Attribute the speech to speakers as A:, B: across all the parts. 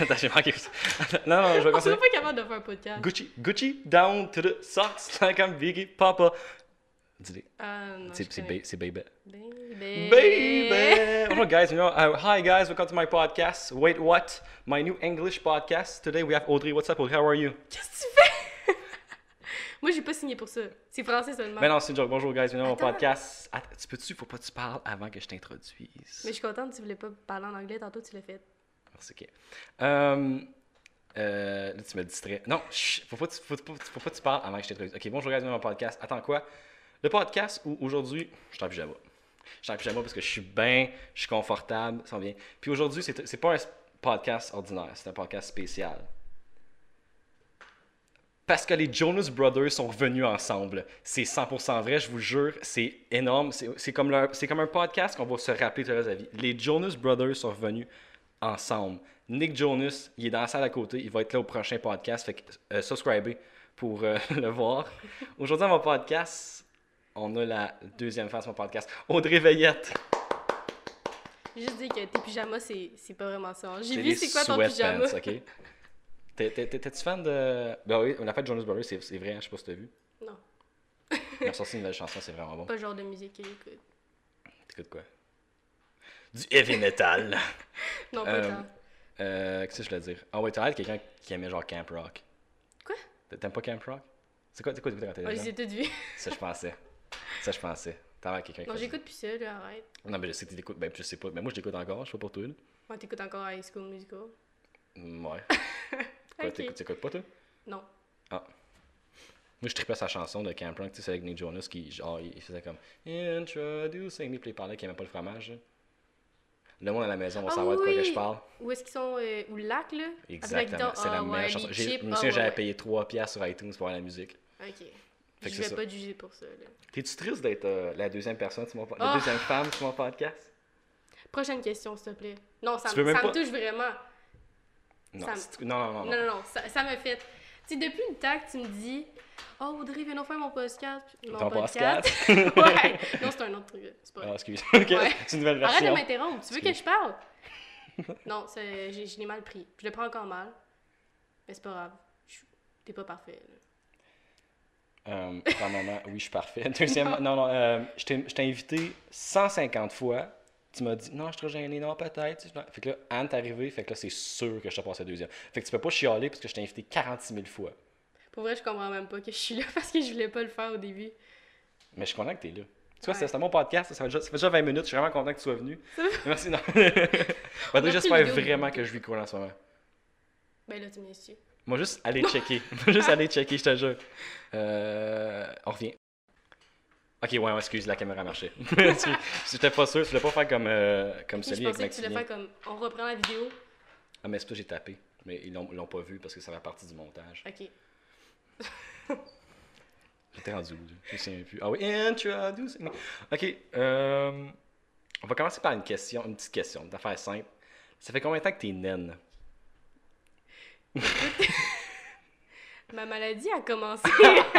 A: Attends, j'ai manqué ça. Attends, Non, non, je vais
B: On
A: continuer.
B: serait Ah, pas capable de faire un podcast.
A: Gucci, Gucci down to the socks like I'm Biggie Papa. Dis-le.
B: Ah, non,
A: C'est
B: je
A: c'est
B: connais.
A: ba- c'est baby.
B: Baby.
A: Baby! Bonjour, guys. You know, uh, hi, guys. Welcome to my podcast. Wait, what? My new English podcast. Today we have Audrey. What's up, Audrey? How are you?
B: Qu'est-ce que tu fais? Moi, j'ai pas signé pour ça. C'est français seulement.
A: Mais Ben non, c'est une joke. Bonjour, guys. You know, mon
B: Ah. Attends.
A: podcast. Attends, tu peux-tu? Faut pas que tu parles avant que je t'introduise.
B: Mais je suis contente, tu voulais pas parler en anglais, tantôt tu l'as fait.
A: Merci, ok. Euh, euh, là, tu me distrais. Non, chut, faut pas que tu- faut, pas- faut pas que tu parles avant que je t'introduise. Ok, bonjour, guys, bienvenue dans mon podcast. Attends quoi? Le podcast où aujourd'hui, je suis en pyjama. Je suis en pyjama parce que je suis bien, je suis confortable, ça va bien. Puis aujourd'hui, c'est c'est pas un podcast ordinaire, c'est un podcast spécial. Parce que les Jonas Brothers sont revenus ensemble. C'est 100% vrai, je vous jure. C'est énorme. C'est c'est comme, leur- c'est comme un podcast qu'on va se rappeler toute la vie. Les Jonas Brothers sont revenus ensemble. Nick Jonas, il est dans la salle à côté. Il va être là au prochain podcast. Fait que euh, subscribez pour euh, le voir. Aujourd'hui, dans mon podcast, on a la deuxième face de mon podcast. Audrey Veillette.
B: J'ai juste dit que tes pyjamas, c'est c'est pas vraiment ça. J'ai
A: les
B: vu c'est quoi ton
A: sweatpants,
B: pyjama.
A: OK? T'es- t'es- t'es- T'es-tu fan de. Ben oui, la fête de Jonas Brothers, c'est c'est vrai, hein, je sais pas si t'as vu.
B: Non,
A: Ils ont sorti une nouvelle chanson, c'est vraiment bon.
B: pas le genre de musique que j'écoute.
A: T'écoutes quoi? Du heavy metal.
B: Non, pas
A: Euh,
B: tant.
A: euh, Qu'est-ce que je voulais dire? Ah ouais, t'as l'air de quelqu'un qui aimait genre Camp Rock.
B: Quoi?
A: T'aimes pas Camp Rock? C'est quoi t'écoutes quand t'es
B: Oh, je
A: jeune?
B: les ai toutes vues.
A: Ça, je pensais. Ça, je pensais. T'as l'air de quelqu'un
B: Non,
A: qui.
B: j'écoute plus ça, là, arrête.
A: Non, mais je sais que tu l'écoutes. Ben, je sais pas. Mais moi, je l'écoute encore. Je sais pas pour toi. Là. Mm,
B: Moi, t'écoutes encore High School Musical.
A: Ouais. Quoi,
B: Ok.
A: t'écoutes, t'écoutes pas, toi?
B: Non.
A: Ah. Moi, je tripais sa chanson de Camp Rock, tu sais, c'est avec Nick Jonas qui, genre, il il faisait comme Introducing me, puis il parlait qu'il aimait pas le fromage. là. Le monde à la maison va
B: Ah
A: savoir de quoi
B: oui!
A: que je parle.
B: Où est-ce qu'ils sont euh, Ou lac, là Avec la
A: Exactement.
B: guitare.
A: C'est la
B: Ah,
A: meilleure
B: ouais,
A: chanson.
B: les
A: J'ai-
B: chips,
A: Je me
B: ah,
A: souviens,
B: ouais,
A: j'avais
B: ouais. payé.
A: payé 3$ sur iTunes pour avoir la musique.
B: Ok.
A: Fait que
B: Je
A: c'est
B: vais
A: ça.
B: pas te juger pour ça, là.
A: T'es-tu triste d'être euh, la deuxième personne, sur mon po-
B: Ah!
A: la deuxième femme sur mon podcast?
B: Prochaine question, s'il te plaît. Non, ça,
A: Tu
B: me,
A: veux même
B: ça me
A: pas- Ah
B: touche vraiment.
A: Non,
B: Ça me-
A: c'est- non, non, non, non.
B: Non, non, non, ça, ça me fait. Tu sais, depuis le temps que tu me dis Oh, Audrey, viens nous faire mon podcast. Mon
A: Ton
B: ouais. Non, c'est un autre truc. là. C'est pas
A: Ah,
B: vrai.
A: excuse. Ok,
B: Ouais.
A: c'est une nouvelle
B: Arrête de
A: version.
B: m'interrompre. Tu veux que je parle Non, c'est- j'ai- je l'ai mal pris. Je le prends encore mal. Mais c'est pas grave. Je- T'es pas parfait. là.
A: Euh, premièrement, oui, je suis parfait. Deuxièmement, non, non, euh, je t'ai je t'ai invité 150 fois. Tu m'as dit, non, je suis trop gêné, non, peut-être. tu sais, non. Fait que là, Anne, t'es arrivée, fait que là, c'est sûr que je te passe la deuxième. Fait que tu peux pas chialer parce que je t'ai invité 46 000 fois.
B: Pour vrai, je comprends même pas que je suis là parce que je voulais pas le faire au début.
A: Mais je suis content que t'es là. Tu vois,
B: Ouais.
A: c'est c'est mon podcast, ça fait, déjà, ça fait déjà 20 minutes, je suis vraiment content que tu sois venu. Merci, non. Bah,
B: plus
A: j'espère
B: vidéo.
A: vraiment que je vis cool en ce moment.
B: Ben là, tu me laisses
A: Moi, juste aller checker. Moi, juste aller checker, je te jure. Euh, on revient. Ok, ouais, ouais, excuse, la caméra a marché. Tu- J'étais pas sûr, tu voulais pas faire comme, euh, comme
B: Je
A: celui avec
B: pensais que tu voulais
A: Maximien.
B: faire comme on reprend la vidéo.
A: Ah, mais c'est pas j'ai tapé. Mais ils l'ont ils l'ont pas vu parce que ça fait partie du montage.
B: Ok.
A: J'étais rendu où, là? Je me souviens plus. Ah oui, introducing me. Ok, euh, on va commencer par une question, une petite question, une affaire simple. Ça fait combien de temps que t'es naine?
B: Ma maladie a commencé.
A: Ok,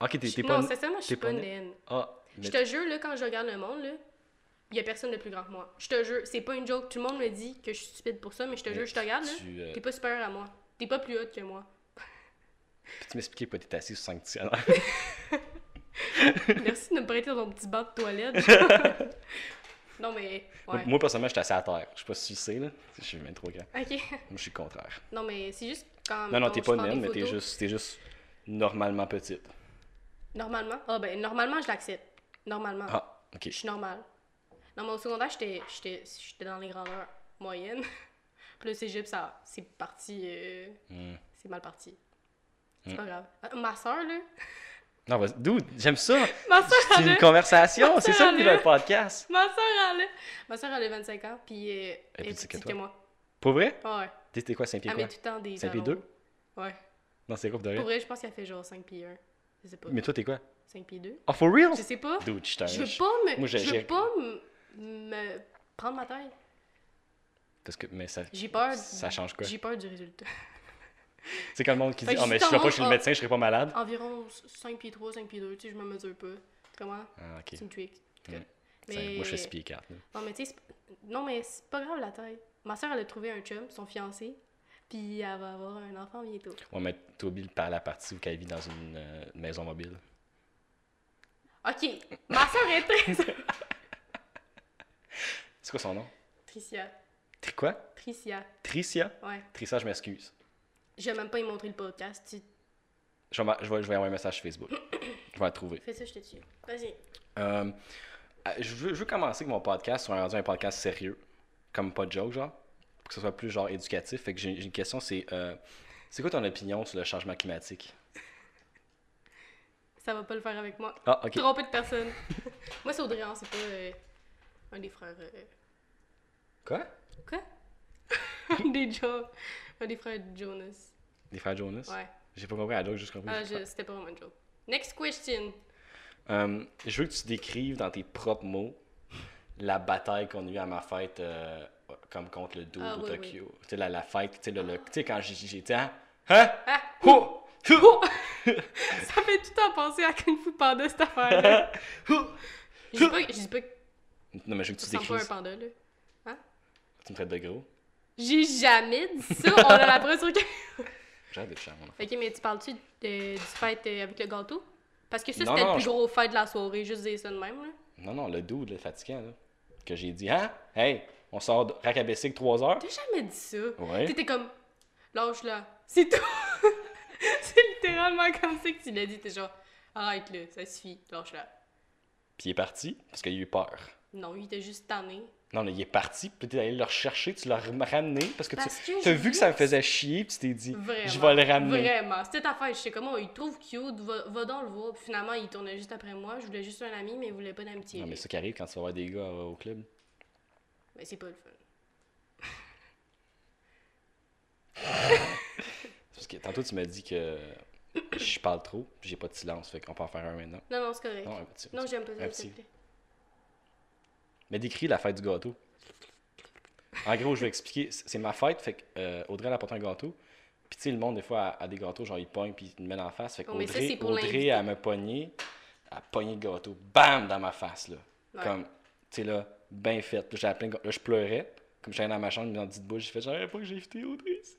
A: Ah, t'es t'es pas
B: non,
A: naine.
B: c'est ça, moi, je
A: t'es
B: suis
A: pas
B: pas
A: né-
B: naine.
A: Ah, mais
B: Je te jure, là, quand je regarde le monde, là, il y a personne de plus grand que moi. Je te jure, c'est pas une joke. Tout le monde me dit que je suis stupide pour ça, mais je te
A: Mais
B: jure, je te regarde, là.
A: tu, euh,
B: T'es pas supérieur à moi. T'es pas plus haute que moi.
A: peux-tu m'expliquer pourquoi t'es assis sur 5 dictionnaires?
B: Merci de me prêter ton petit banc de toilette. non, mais.
A: Moi-
B: Ouais.
A: Moi, personnellement, j'étais assis à terre. Je sais pas si tu le sais, là. Je suis même trop grand.
B: Ok.
A: Moi, je suis le contraire.
B: Non, mais c'est juste quand.
A: Non, non,
B: mettons,
A: t'es
B: je
A: pas
B: prends
A: naine,
B: des
A: mais t'es
B: photos-
A: juste, t'es juste normalement petite.
B: Normalement. Ah, ben, normalement, je l'accepte. Normalement.
A: Ah, ok.
B: Je suis normale. Non, mais au secondaire, j'étais, j'étais, j'étais dans les grandeurs moyennes. Puis le cégep, ça, c'est parti. euh,
A: Hmm.
B: C'est mal parti. C'est pas grave. Ah, Ma soeur, là.
A: Non, vas-y. Dude, j'aime ça.
B: Ma soeur,
A: C'est
B: elle
A: une
B: a.
A: conversation. C'est ça
B: Attends,
A: le but
B: là.
A: d'un podcast.
B: Ma soeur, elle a. Ma soeur, elle a 25 ans, puis euh, elle est
A: petite
B: plus
A: que
B: petite
A: toi.
B: que moi.
A: Pour vrai?
B: Ah ouais.
A: T'es t'es quoi, 5 pieds
B: Elle
A: quoi?
B: met tout le temps des.
A: 5 pieds
B: talons
A: 2?
B: hauts. Ouais.
A: Non, c'est groupe de
B: Pour
A: rien.
B: vrai, je pense qu'elle fait genre 5 pieds 1. Je sais pas.
A: Mais toi, t'es quoi?
B: 5 pieds 2.
A: Oh, for real?
B: Je sais pas.
A: Dude, je t'en
B: Je veux pas me.
A: Moi, j'ai-
B: je veux
A: j'ai-
B: pas me, me prendre ma taille.
A: Parce que, mais ça.
B: J'ai peur.
A: Ça change quoi?
B: J'ai peur du résultat.
A: C'est quand le monde qui
B: Fait
A: dit,
B: que
A: ah, mais je
B: justement,
A: sais pas, je suis le
B: ah.
A: médecin, je serais pas malade.
B: Environ 5 pieds 3, 5 pieds 2. Tu sais, je me mesure pas. Comment?
A: Ah, ok.
B: C'est une trick. En tout cas.
A: Mm.
B: Mais...
A: Moi, je fais 6 pieds 4.
B: Non, mais tu sais, c'est pas- non, mais c'est pas grave la taille. Ma soeur, elle a trouvé un chum, son fiancé, puis elle va avoir un enfant bientôt.
A: Ouais, mais Toby parle à la partie où elle vit dans une euh, maison mobile.
B: Ok, ma soeur est très.
A: C'est quoi son nom?
B: Tricia.
A: Tri quoi?
B: Tricia,
A: Tricia?
B: ouais.
A: Tricia, je m'excuse.
B: Je vais même pas y montrer le podcast. Tu
A: Je vais, je, vais, je vais envoyer un message sur Facebook. je vais la trouver.
B: fais ça, je te tue. Vas-y.
A: Euh, euh, je, veux, je veux commencer que mon podcast soit rendu un podcast sérieux, comme pas de joke, genre, pour que ce soit plus genre éducatif. Fait que j'ai j'ai une question, c'est euh, c'est quoi ton opinion sur le changement climatique?
B: Ça va pas le faire avec moi.
A: Ah, ok.
B: Tromper de personne. moi, c'est Audrey, hein, c'est pas euh, un des frères. euh,
A: Quoi?
B: Quoi? un des Jo- Un des frères Jonas.
A: Les frères Jonas?
B: Ouais.
A: J'ai pas compris la joke, j'ai juste compris.
B: Ah,
A: les frères.
B: je- c'était pas vraiment une joke. Next question.
A: Euh, je veux que tu décrives dans tes propres mots la bataille qu'on a eue à ma fête, euh, comme contre le dos
B: Ah,
A: au
B: oui,
A: Tokyo. Tu sais, la, la fête, tu sais, le- le- tu sais, quand j'ai- j'étais en... Hein?
B: Ah,
A: Hou! Hou!
B: ça fait tout en penser à Kung Fu Panda, cette affaire-là.
A: Hou!
B: Je dis pas, je dis pas que
A: Non, mais je veux que
B: tu
A: tu
B: ressembles pas à un
A: décrives.
B: panda, là.
A: Tu me traites de gros.
B: J'ai jamais dit ça. On a la preuve sur que-
A: J'arrête de te faire, mon enfant.
B: Ok, mais tu parles-tu de- du fight euh, avec le gâteau? Parce que ça,
A: Non,
B: c'était le
A: non,
B: plus
A: je-
B: gros fight de la soirée. Juste dire ça de même, là.
A: Non, non, le dude, le fatigant, là, que j'ai dit, hein? Hey, on sort de Racabessic 3 heures?
B: T'as jamais dit ça.
A: Ouais.
B: T'étais comme, lâche-la. C'est tout. c'est littéralement comme ça que tu l'as dit. T'es genre, arrête-le, ça suffit, lâche-la.
A: Puis il est parti, parce qu'il a eu peur.
B: Non, il était juste tanné.
A: Non, mais il est parti, puis t'es allé le rechercher, tu l'as ram- ramené, parce que
B: Parce que
A: tu
B: je
A: as vu que ça me
B: voulais-
A: faisait chier, puis tu t'es dit,
B: Vraiment.
A: je vais le ramener.
B: Vraiment. C'était ta affaire. Je sais comment, oh, il te trouve cute, va, va dans le voir. Puis finalement, il tournait juste après moi. Je voulais juste un ami, mais il voulait pas d'amitié.
A: Non, mais
B: lui.
A: c'est ça qui arrive quand tu vas voir des gars euh, au club.
B: Mais c'est pas le fun.
A: C'est Parce que tantôt, tu m'as dit que je parle trop, puis j'ai pas de silence, fait qu'on peut en faire un maintenant.
B: Non, non, c'est correct.
A: Non,
B: Non,
A: un petit.
B: j'aime pas
A: un
B: ça, s'il te
A: petit.
B: plaît.
A: Mais décris la fête du gâteau. En gros, je vais expliquer. C'est c'est ma fête, fait que euh, Audrey elle a apporté un gâteau. Puis tu sais, le monde, des fois, a, a des gâteaux, genre, ils pognent, puis ils me mettent en face. Fait que
B: Oh, mais ça,
A: Audrey,
B: c'est pour
A: Audrey
B: l'inviter.
A: elle me pogné, elle a pogné le gâteau, bam, dans ma face, là.
B: Ouais.
A: Comme, tu sais, là, bien fait. Puis j'avais plein de gâ- Là, je pleurais. Comme j'allais dans ma chambre, dans une petite bouche, j'ai fait, j'aurais pas que j'ai invité Audrey. ici.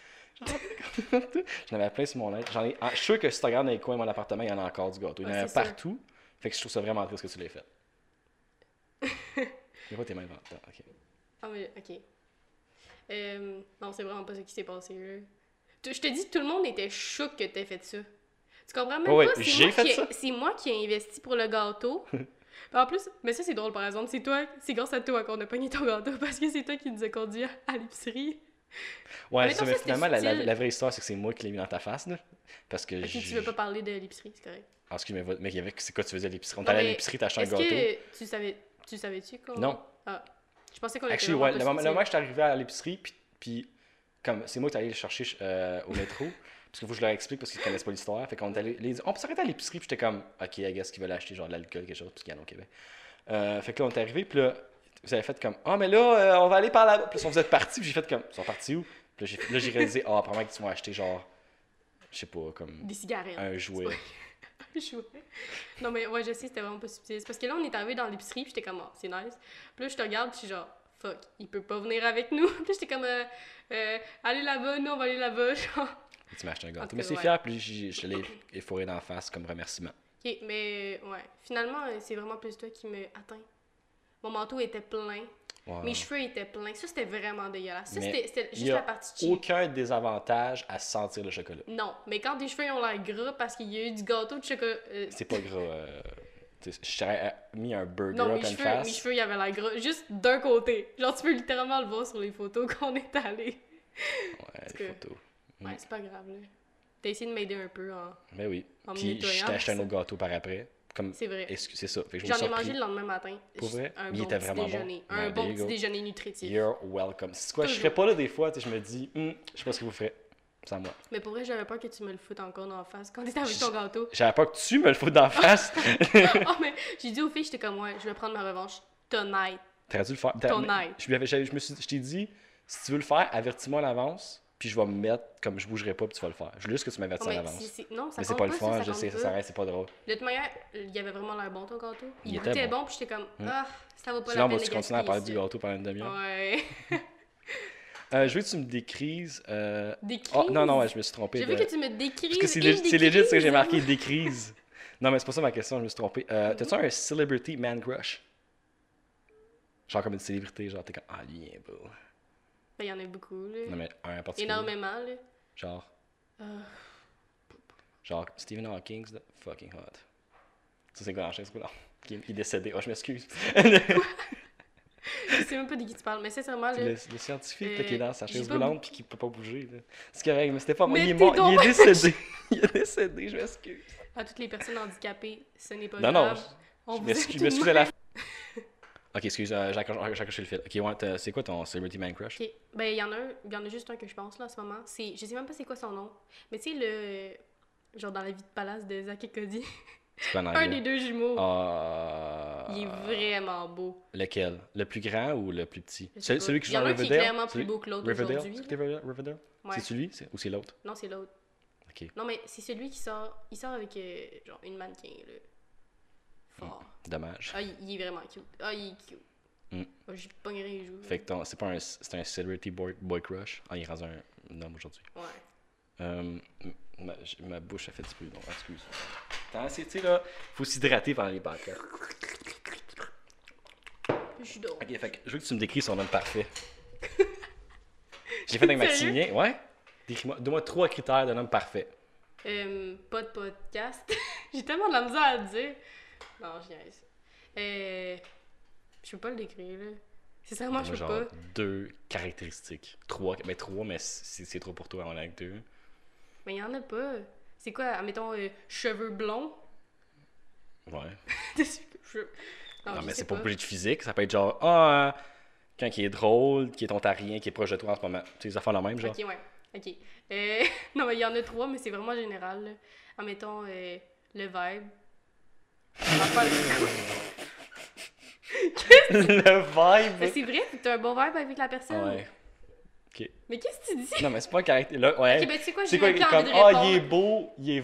A: J'en avais- J'en avais plein sur mon linge. J'en ai... en- Je suis sûr que si tu regardes dans les coins de mon appartement, il y en a encore du gâteau. Il y en
B: Ouais,
A: a
B: c'est ça.
A: partout. Fait que je trouve ça vraiment triste que tu l'aies fait. Mais pas tes mains devant. Attends, ok.
B: Ah, mais ok. Euh, non, c'est vraiment pas ce qui s'est passé, là. Tu- Je te dis, tout le monde était choqué que t'aies fait ça. Tu comprends même
A: Ouais,
B: pas? c'est
A: j'ai
B: moi
A: fait
B: qui ai-
A: ça.
B: C'est moi qui ai investi pour le gâteau. Puis en plus, mais ça, c'est drôle, par exemple. C'est toi, c'est grâce à toi qu'on a pogné ton gâteau parce que c'est toi qui nous a conduits à l'épicerie.
A: Ouais,
B: Mais
A: c'est ça,
B: mettons,
A: mais
B: ça, c'était
A: finalement, la, la-
B: subtil.
A: la vraie histoire, c'est que c'est moi qui l'ai mis dans ta face, là. Parce que
B: Ok,
A: j'ai-
B: tu veux pas parler de l'épicerie, c'est correct.
A: Ah, excuse-moi, va- mais il y avait... c'est quoi tu faisais à l'épicerie? On
B: Non,
A: t'allait à
B: mais
A: l'épicerie, t'achetais un
B: Est-ce
A: gâteau.
B: que tu savais... Tu savais-tu qu'on...
A: Non.
B: Ah. Je pensais qu'on était
A: Actually,
B: vraiment
A: ouais,
B: pas
A: le moment, le
B: subtils.
A: moment que je suis arrivé à l'épicerie, puis, puis comme c'est moi qui allé le chercher euh, au métro, parce qu'il faut que je leur explique parce qu'ils connaissent pas l'histoire. Fait qu'on est allé, là, ils disent, on peut s'arrêter à l'épicerie, puis j'étais comme, ok, I guess qu'ils veulent acheter genre de l'alcool, quelque chose, parce qu'ils en ont au Québec. Euh, fait que là, on est arrivé, puis là, vous avez fait comme, ah, mais là, euh, on va aller par là. Puis là, vous êtes partis, puis j'ai fait comme, ils sont partis où? Puis là, j'ai- là, j'ai réalisé, ah, apparemment qu'ils vont acheter genre, je sais pas, comme
B: Des cigarettes.
A: un jouet.
B: jouer. Non, mais ouais, je sais, c'était vraiment pas subtil. C'est parce que là, on est arrivé dans l'épicerie, puis j'étais comme, Ah, c'est nice. Puis là, je te regarde, puis je suis genre, fuck, il peut pas venir avec nous. Puis j'étais comme, euh, Euh, allez là-bas, nous, on va aller là-bas. Genre.
A: Puis tu m'as acheté un gâteau.
B: tout
A: Mais
B: cas,
A: c'est
B: ouais.
A: fier, puis j'ai- je te l'ai effoiré d'en face comme remerciement.
B: Ok, mais ouais. Finalement, euh, c'est vraiment plus toi qui me atteint. Mon manteau était plein,
A: Ouais.
B: mes cheveux étaient pleins. Ça, c'était vraiment dégueulasse. Ça,
A: Ah. Mais
B: c'était c'était
A: Il
B: juste
A: n'y
B: la
A: a
B: partie cheap.
A: aucun désavantage à sentir le chocolat.
B: Non, mais quand tes cheveux ils ont l'air gras parce qu'il y a eu du gâteau de chocolat. euh,
A: C'est pas gras. Euh, tu sais, je t'aurais euh, mis un burger
B: Non,
A: en
B: mes
A: pleine
B: cheveux, mes
A: face.
B: cheveux, il y avait la gras juste d'un côté. Genre, tu peux littéralement le voir sur les photos qu'on est allé.
A: Ouais,
B: que-
A: les photos. Mm.
B: Ouais, c'est pas grave, là. T'as essayé de m'aider un peu, hein.
A: Mais Ben oui.
B: En me
A: Puis je
B: nettoyant,
A: t'ai acheté un
B: ça.
A: autre gâteau par après. Comme...
B: C'est vrai.
A: Est-ce que- C'est ça. Fait que je me
B: J'en
A: suis
B: ai mangé
A: surpris.
B: le lendemain matin.
A: Pour vrai?
B: Un
A: Il
B: bon
A: était
B: petit
A: vraiment bon.
B: déjeuner.
A: Ouais,
B: Un bon
A: there you
B: petit
A: go.
B: déjeuner nutritif.
A: You're welcome. C'est quoi, je
B: Toujours.
A: serais pas là des fois, tu sais, je me dis, Hmm, je sais pas ce que vous ferez sans moi.
B: Mais pour vrai, j'avais peur que tu me le foutes encore dans la face quand t'étais avec ton gâteau.
A: J'avais peur que tu me le foutes d'en face.
B: oh, mais j'ai dit aux filles, j'étais comme, ouais, je vais prendre ma revanche tonight.
A: T'aurais dû le faire. T'as-
B: Ton
A: mais-
B: aide.
A: Je, lui avais- j'avais- je me suis, je t'ai dit, si tu veux le faire, avertis-moi en avance, puis je vais me mettre comme je bougerai pas, puis tu vas le faire. Je voulais juste que tu
B: Oh,
A: m'avertisses en
B: mais
A: avance.
B: si- si- Non, ça
A: Mais c'est
B: compte
A: pas le
B: ça,
A: fun,
B: ça
A: je
B: compte
A: sais, ça
B: pas.
A: s'arrête, c'est pas drôle.
B: De toute manière, il y avait vraiment l'air bon ton gâteau. Il,
A: Il était Mm.
B: goûtait bon, puis j'étais comme, ah, ça vaut pas
A: Sinon, on
B: la peine
A: va-tu
B: de
A: continuer à
B: gaspiller
A: parler du hein?
B: ça.
A: gâteau pendant une demi-heure?
B: Ouais.
A: Euh, je veux que tu me décrises. euh,
B: Des
A: oh, non, non, ouais,
B: crises?
A: je me suis trompé.
B: J'ai
A: de-
B: vu que tu me décris.
A: Parce que c'est lég- c'est legit ce que j'ai marqué, décrises. Non, mais c'est pas ça ma question, je me suis trompé.
B: Mm-hmm.
A: Euh, T'as-tu un celebrity man crush? Genre comme une célébrité, genre t'es comme Ah, lui, il est beau.
B: Ben, Il y en a beaucoup, là.
A: Non, mais un en particulier.
B: Énormément, là.
A: Genre.
B: Euh.
A: Genre Stephen Hawking, c'est fucking hot. Ça, c'est quoi, c'est quoi, là? Il il est décédé, oh, je m'excuse.
B: Je sais même pas de qui tu parles, mais sincèrement, là.
A: Le, le scientifique là, qui est dans sa
B: Euh,
A: chaise
B: j'ai pas
A: roulante puis qui peut pas bouger. là. C'est correct, mais c'était pas moi.
B: Mais
A: Il est
B: t'es
A: mort, il
B: donc-
A: est décédé. il est décédé, je m'excuse.
B: À toutes les personnes handicapées, ce n'est pas
A: Non, non,
B: grave.
A: je
B: On vous aime
A: m'excuse-
B: tout
A: je
B: de
A: m'excuse à
B: même.
A: la Ok, excuse, euh, j'ai accroché j'ai accroché le fil. Ok, ouais, t'as- c'est quoi ton Celebrity Man Crush?
B: Ok. Ben, il y en a un, il y en a juste un que je pense, là, en ce moment. C'est, je sais même pas c'est quoi son nom. Mais tu sais, le. Genre dans la vie de palace de Zach et Cody.
A: C'est quoi en
B: un des
A: anglais?
B: deux jumeaux.
A: Ah,
B: Il est vraiment beau.
A: Lequel? Le plus grand ou le plus petit?
B: Je sais
A: Celui,
B: pas.
A: celui qui
B: Il
A: joue
B: y en
A: dans
B: a un qui est
A: Riverdale?
B: clairement plus
A: Celui-
B: beau que l'autre
A: Riverdale?
B: aujourd'hui.
A: C'est Riverdale? Riverdale?
B: Ouais.
A: C'est lui C'est- ou c'est l'autre?
B: Non, c'est l'autre.
A: Ok.
B: Non, mais c'est celui qui sort. Il sort avec euh, genre une mannequin, là. Fort.
A: Dommage.
B: Ah, il, il est vraiment cute. Ah, il est cute.
A: Mm.
B: Ah, J'ai pas rien les joues.
A: Fait que ton- c'est pas un, c'est un Celebrity Boy, boy Crush. Ah, il est rendu un, un homme aujourd'hui.
B: Ouais.
A: Euh, ma, j- ma bouche a fait du bruit, donc excuse. Attends, c'est, tu sais, là, faut s'hydrater pendant les podcasts.
B: Je suis drôle.
A: Ok, fait que je veux que tu me décris son homme parfait. J'ai fait avec
B: Sérieux?
A: Maximien, ouais. Décris-moi, donne-moi trois critères d'un homme parfait.
B: Euh, pas de podcast. J'ai tellement de la misère à le dire. Non, je niaise. Euh, je peux pas le décrire, là. Sincèrement, je
A: Donne-moi
B: peux
A: genre
B: pas.
A: deux caractéristiques. Trois, mais trois, mais c'est, c'est trop pour toi, on a que deux.
B: Mais il y en a pas. C'est quoi, mettons, cheveux blonds?
A: Ouais.
B: Cheveux-
A: Non,
B: Ah, je
A: Ah, mais
B: sais
A: c'est pas obligé de physique, ça peut être genre, ah, quand qui est drôle, qui est ontarien, qui est proche de toi en ce moment. Tu sais, les affaires la même, genre.
B: Ok, ouais. Ok. Euh, non, mais il y en a trois, mais c'est vraiment général. là. Ah, mettons, euh, le vibe. L'affaire-
A: Le vibe!
B: mais c'est vrai, faut que t'as un bon vibe avec la personne.
A: Ouais. Ok.
B: Mais qu'est-ce que tu dis?
A: Non, mais c'est pas un caractère. Là, ouais.
B: Ok, ben tu sais quoi, j'ai
A: c'est
B: même
A: quoi,
B: plus
A: comme,
B: envie de
A: ah,
B: répondre.
A: il est beau, il est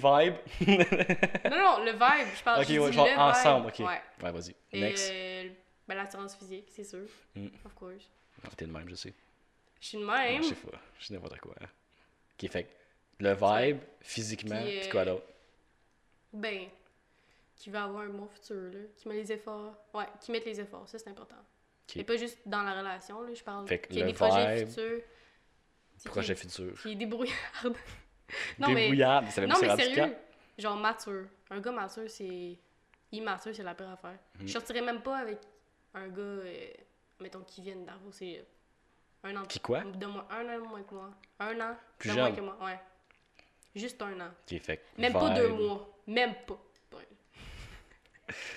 A: vibe.
B: Non, non, le vibe, je parle
A: ok,
B: je
A: ouais,
B: dis
A: genre
B: le vibe.
A: ensemble, ok.
B: Ouais.
A: Ouais, vas-y.
B: Et
A: Next.
B: euh, ben, l'assurance physique, c'est sûr.
A: Mm.
B: Of course.
A: Ah, T'es le même, je sais.
B: Je suis de
A: Ouais,
B: même.
A: je sais pas. Je sais n'importe quoi. hein. Ok, fait que le vibe, physiquement,
B: Puis,
A: pis quoi
B: euh,
A: d'autre?
B: ben, qui va avoir un bon futur, là. Qui met les efforts. Ouais, qui met les efforts, ça c'est important. Et pas juste dans la relation, là, je parle.
A: Fait que
B: Qu'il y ait
A: le
B: des projets
A: vibe,
B: futurs. Tu sais,
A: Projet
B: qui-
A: futur.
B: Qui est débrouillarde. non, mais,
A: Débrouillard, ça fait
B: non,
A: c'est
B: mais
A: radical.
B: sérieux. Genre mature. Un gars mature, c'est. Immature, c'est la pire affaire.
A: Mhm.
B: Je sortirais même pas avec un gars, euh, mettons, qui vienne d'Arvaux, c'est. Un an de-
A: Qui quoi?
B: De moins, un an de moins que moi. Un an.
A: Plus
B: de
A: jeune.
B: moins que moi, ouais. Juste un an.
A: Ok, fait que
B: Même pas deux
A: vibe,
B: mois. Même pas. Ouais.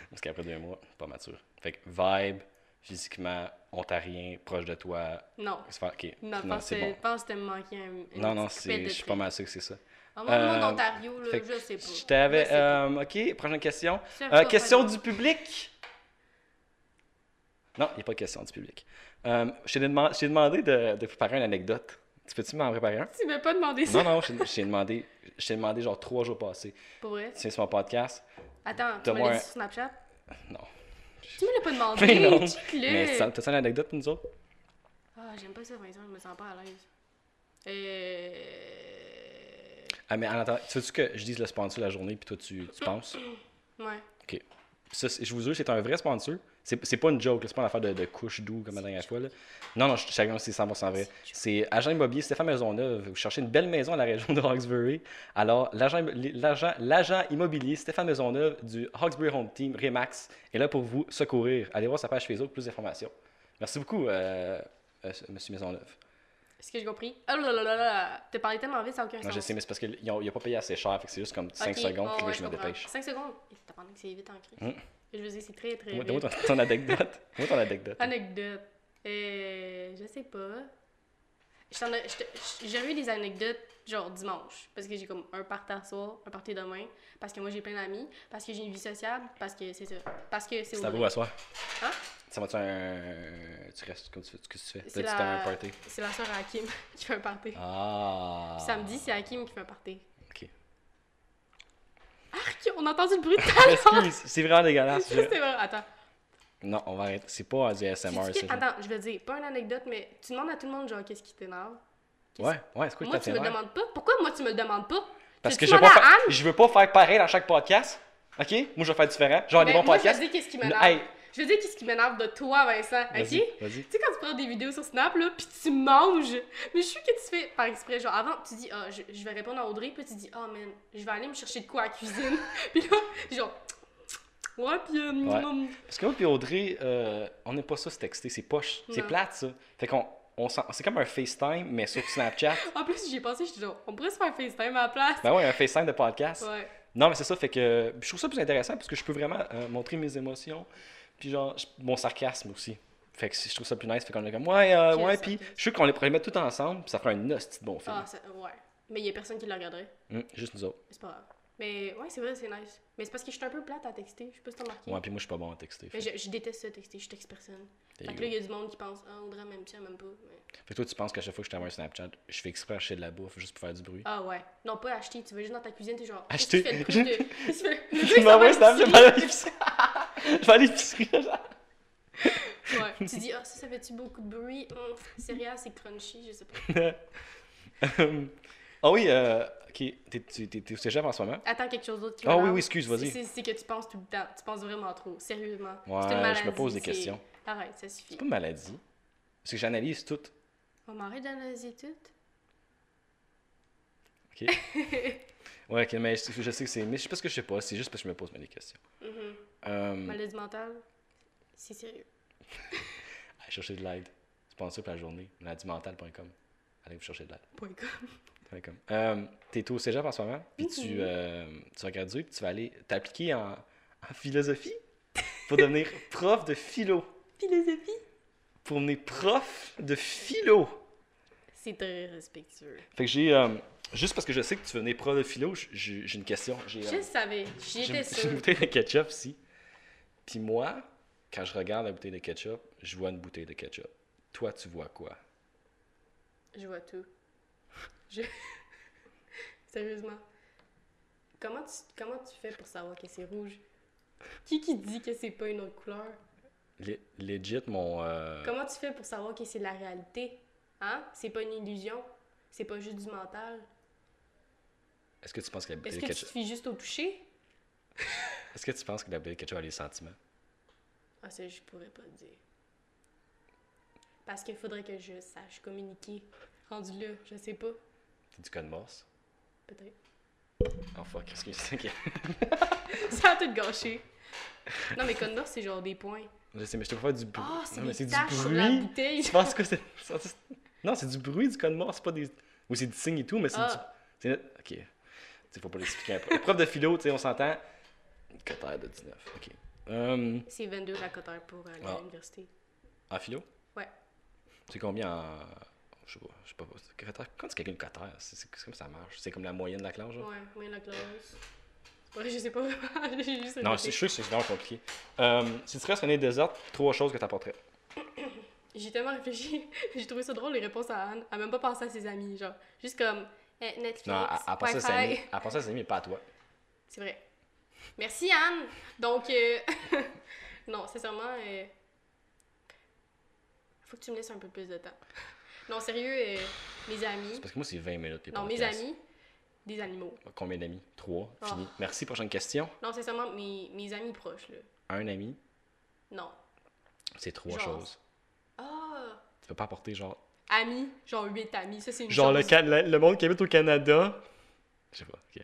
A: Parce qu'après deux mois, pas mature. Fait que vibe, physiquement, ontarien, proche de toi.
B: Non.
A: se faire- Ok,
B: Non,
A: non
B: pense
A: c'est
B: que
A: bon.
B: pense que t'as me manqué un. une
A: Non, non,
B: petite pipette
A: c'est-
B: de
A: je suis
B: trucs.
A: pas mal sûr que c'est ça.
B: En mon nom
A: Euh,
B: d'Ontario, là,
A: Fait que
B: je sais pas.
A: Je t'avais.
B: Je sais pas.
A: euh, ok, prochaine question.
B: Ça,
A: Euh,
B: je vais
A: question
B: pas
A: du public. Non, il n'y a pas de question du public. Euh, je t'ai deman- je t'ai demandé de, de préparer une anecdote. Tu peux-tu m'en préparer un?
B: Tu m'as pas demandé ça.
A: Non, non, je t'ai- je t'ai demandé, je t'ai demandé genre trois jours passés.
B: Pour vrai.
A: Tu sais, sur mon podcast?
B: Attends, tu
A: Donne-moi
B: me l'as
A: un-
B: dit sur Snapchat?
A: Non.
B: Tu me l'as pas demandé.
A: Mais non.
B: check-le.
A: Mais ça- t'as-tu une anecdote, nous autres?
B: Ah, j'aime pas ça, Vincent, je me sens pas à l'aise. Euh.
A: Ah, mais en attendant, tu veux-tu que je dise le sponsor de la journée, puis toi, tu, tu penses?
B: Ouais.
A: OK. Ça, c'est- je vous jure, c'est un vrai sponsor. C'est c'est pas une joke, là, c'est pas une affaire de, de couche doux comme la dernière fois. là. Non, non, je je t'assure que c'est 100% vrai. C'est agent immobilier Stéphane Maisonneuve. Vous cherchez une belle maison à la région de Hawkesbury. Alors, l'agent immo- l'agent- l'agent immobilier Stéphane Maisonneuve du Hawkesbury Home Team Remax est là pour vous secourir. Allez voir sa page Facebook, plus d'informations. Merci beaucoup, euh, euh, monsieur Maisonneuve.
B: Est-ce que j'ai compris? Oh là là là là! T'as parlé tellement vite, ça n'a aucun
A: Non,
B: sens.
A: je sais, mais c'est parce qu'il n'a pas payé assez cher, fait que c'est juste comme 5 secondes, puis là, je me dépêche.
B: 5 secondes? Et t'as parlé que c'est vite en crise.
A: Mm.
B: Je veux dire, c'est très très
A: Donne-moi
B: vite.
A: donne-moi ton, ton anecdote. Donne-moi ton anecdote.
B: Anecdote. Euh, je sais pas. Je t'en ai- je te- J'ai eu des anecdotes genre dimanche parce que j'ai comme un party à soir, un party demain, parce que moi j'ai plein d'amis, parce que j'ai une vie sociable, parce que c'est ça, parce que
A: C'est
B: c'est au
A: à vous
B: Brésil.
A: à soir.
B: Hein?
A: Ça va-tu un. Tu restes comme tu fais. Qu'est-ce que tu fais?
B: C'est
A: Là, tu t'as
B: la...
A: un party.
B: c'est la soeur à Hakim qui fait un party.
A: Ah!
B: Puis Samedi, c'est Hakim qui fait un party.
A: Ok.
B: Arc, on a entendu le bruit de
A: Excuse, c'est vraiment dégueulasse.
B: C'est vrai, attends.
A: Non, on va arrêter. C'est pas du ASMR.
B: Sais-tu
A: c'est
B: que- Attends, je veux dire, pas une anecdote, mais tu demandes à tout le monde, genre, qu'est-ce qui t'énerve? qu'est-ce-
A: Ouais, ouais, c'est quoi
B: Moi,
A: qui
B: tu me le
A: t'énerve?
B: demandes pas. Pourquoi moi, tu me le demandes pas?
A: Parce
B: Tu
A: que je
B: veux-tu
A: veux, pas
B: demander à
A: faire-
B: Anne?
A: je veux pas faire pareil dans chaque podcast. OK? Moi, je vais faire différent. Genre, des
B: Ben,
A: bons
B: moi, je veux
A: podcasts.
B: dire qu'est-ce qui
A: Non,
B: m'énerve.
A: hey.
B: Je veux dire qu'est-ce qui m'énerve de toi, Vincent, ok?
A: Vas-y, vas-y.
B: Tu sais, quand tu prends des vidéos sur Snap, là, pis tu manges, mais je suis que tu fais par exprès. Genre, avant, tu dis, ah, je, je vais répondre à Audrey, puis tu dis, ah, man, je vais aller me chercher de quoi à la cuisine. puis là, genre, ouais, pis. euh,
A: Ouais.
B: hum,
A: Parce que moi puis Audrey, euh, on n'est pas ça se texter, c'est poche. C'est
B: Non.
A: plate, ça. Fait qu'on on s'en- c'est comme un FaceTime, mais sur Snapchat.
B: En plus, j'y ai pensé, je dis, genre, on pourrait se faire un FaceTime à la place.
A: ben ouais, un FaceTime de podcast.
B: Ouais.
A: Non, mais c'est ça, fait que je trouve ça plus intéressant parce que je peux vraiment euh, montrer mes émotions, puis genre je- mon sarcasme aussi. Fait que je trouve ça plus nice, fait qu'on est comme ouais, euh,
B: Quel
A: ouais, puis
B: sarcasme.
A: je suis sûr qu'on les pourrait les mettre tout ensemble, puis ça ferait un hostie de bon film.
B: Ah, ça, ouais. Mais il y a personne qui le regarderait.
A: Hum, juste nous autres.
B: C'est pas grave. Mais ouais, c'est vrai, c'est nice. Mais c'est parce que je suis un peu plate à texter. Je sais pas si t'as remarqué.
A: Ouais, puis moi je suis pas bon à texter. Fait,
B: Mais je, je déteste ça, texter. Je texte personne.
A: There
B: fait
A: you
B: que là, il y a du monde qui pense, ah, Audrey, même si elle m'aime pas. mais-
A: fait que toi tu penses qu'à chaque fois que je t'envoie un Snapchat, je fais exprès acheter de la bouffe juste pour faire du bruit.
B: Ah ouais. Non, pas acheter. Tu vas juste dans ta cuisine, t'es genre.
A: Acheter.
B: Qu'est-ce que tu fais le prix de- Qu'est-ce que tu fais-
A: Tu
B: Le gars, il s'en va
A: m'envoies un
B: à
A: Bah Snapchat, je vais
B: l'épicerie.
A: aller à l'épicerie. Je vais aller à l'épicerie. genre.
B: Ouais. Tu dis, ah, ça, ça fait-tu beaucoup de bruit? Hum, céréales, c'est crunchy, je sais pas.
A: Hum. Ah oui, euh, ok, t'es- tu- t'es t'es au cégep en ce moment?
B: Attends, quelque chose d'autre qui
A: Ah oui,
B: m'énerve.
A: oui, excuse, vas-y.
B: C'est- C'est c'est que tu penses tout le temps. Tu penses vraiment trop. Sérieusement. C'est une
A: Ouais, je me
B: maladie,
A: pose des
B: c'est-
A: questions.
B: Arrête, ça
A: C'est
B: suffit.
A: pas une maladie. Parce que j'analyse tout.
B: On m'arrête d'analyser tout.
A: Ok. ouais, ok, mais je, je sais que c'est. Mais je sais pas ce que je sais pas, c'est juste parce que je me pose bien des questions.
B: Mhm.
A: Euh,
B: Maladie mentale, c'est sérieux.
A: allez chercher de l'aide. Sponsor pour la journée. Maladimentale.com. Allez vous chercher de l'aide.
B: Point com.
A: Point com. Euh, T'es au cégep en ce moment, puis tu,
B: Mhm.
A: euh, tu vas graduer, puis tu vas aller t'appliquer en, en philosophie pour devenir prof de philo.
B: Philosophie.
A: Pour devenir prof de philo.
B: C'est très respectueux.
A: Fait que j'ai. euh, juste parce que je sais que tu veux devenir prof de philo, j- j'ai j'ai une question. J'ai, euh,
B: Je savais,
A: J'ai
B: j'y étais
A: j'ai une
B: sûre.
A: bouteille de ketchup ici. Puis moi, quand je regarde la bouteille de ketchup, je vois une bouteille de ketchup. Toi, tu vois quoi?
B: Je vois tout. Je... Sérieusement. Comment tu, comment tu fais pour savoir que c'est rouge? Qui qui dit que c'est pas une autre couleur?
A: Le- legit, mon... euh,
B: Comment tu fais pour savoir que c'est la réalité? Hein? C'est pas une illusion. C'est pas juste du mental.
A: Est-ce que tu penses que la
B: Est-ce
A: bouteille de
B: que tu
A: ketchup...
B: te fies juste au toucher?
A: Est-ce que tu penses que la bouteille de ketchup a des sentiments?
B: Ah, ça, je pourrais pas te dire. Parce qu'il faudrait que je sache communiquer. Rendu là, je sais pas.
A: C'est du code morse?
B: Peut-être.
A: Oh fuck, qu'est-ce que c'est? que-
B: Ça a tout gâché. Non, mais Condor, c'est genre des points.
A: Je sais, mais je te faire du bruit.
B: Ah, c'est
A: Non, mais
B: des
A: du
B: taches sur la
A: bruit.
B: bouteille.
A: Tu penses que c'est... c'est- Non, c'est du bruit du code morse, c'est pas des... Ou c'est du signe et tout, mais c'est du...
B: Ah.
A: c'est- Ok. Tu sais, faut pas l'expliquer. après. Le prof de philo, tu sais, on s'entend. Cotère de 19. Ok. Hum,
B: C'est 22 la coteur pour aller
A: Ah.
B: à l'université.
A: En philo?
B: Ouais.
A: C'est combien en. Je sais pas, je sais pas. c'est- quatorze- Quand tu calcules une quatorze, c'est c'est- c'est comme ça marche. C'est comme la moyenne de la classe, genre?
B: Ouais, mais la classe. Ouais, je sais pas vraiment. J'ai juste
A: Non,
B: noté.
A: c'est- je suis sûr que c'est vraiment compliqué. Euh, si tu restes une année déserte, trois choses que t'apporterais.
B: J'ai tellement réfléchi. J'ai trouvé ça drôle les réponses à Anne. Elle a même pas pensé à ses amis. Genre, juste comme eh, Netflix,
A: Non, à, à penser à ses amis.
B: Wi-Fi.
A: À penser à ses amis, mais pas à toi.
B: C'est vrai. Merci Anne. Donc, euh, non, sincèrement, euh, faut que tu me laisses un peu plus de temps. Non, sérieux, euh, mes amis.
A: Parce que moi, c'est 20 minutes. les
B: Non, mes
A: podcasts.
B: amis, des animaux.
A: Combien d'amis? Trois.
B: Oh.
A: Fini. Merci. Prochaine question.
B: Non, sincèrement, mes, mes amis proches, là.
A: Un ami,
B: Non.
A: c'est trois
B: Genre.
A: choses.
B: Ah!
A: Tu peux pas apporter, genre.
B: Amis, genre huit amis, ça c'est une
A: Genre le,
B: chose.
A: Can- le- le monde qui habite au Canada. Je sais pas. Ok.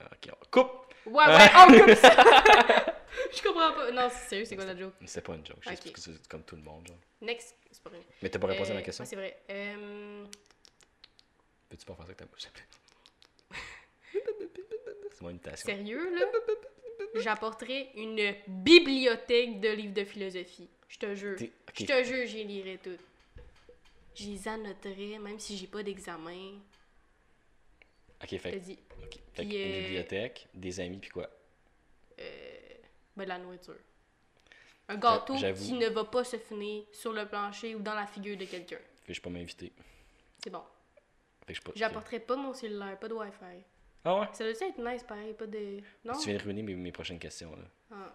A: Ok, on coupe!
B: Ouais, ouais, oh, comme ça! Je comprends pas. Non, c'est sérieux, c'est quoi la joke?
A: C'est pas une joke. Je sais
B: Ok.
A: parce que c'est comme tout le monde, genre.
B: Next, c'est pas vrai.
A: Mais t'as pas répondu à
B: Euh,
A: ma question?
B: ouais, c'est vrai. Euh,
A: Peux-tu pas faire ça avec ta bouche, s'il te plaît? C'est mon imitation.
B: sérieux, là? J'apporterai une bibliothèque de livres de philosophie. Je te jure.
A: T'es-
B: Je
A: Ok,
B: te jure, j'y lirai toutes. Je les annoterai, même si j'ai pas d'examen.
A: ok,
B: Je te
A: fait,
B: dis,
A: ok. Fait
B: Puis,
A: que une
B: euh,
A: bibliothèque, des amis, puis quoi?
B: ben, de la nourriture. Un gâteau
A: Euh, j'avoue.
B: qui ne va pas se finir sur le plancher ou dans la figure de quelqu'un.
A: Fait que je peux m'inviter.
B: C'est bon.
A: Fait que je peux.
B: J'apporterai pas mon cellulaire, pas de Wi-Fi.
A: Ah ouais?
B: Ça doit être nice, pareil, pas de... Non?
A: Tu viens de ruiner mes, mes prochaines questions, là.
B: Ah.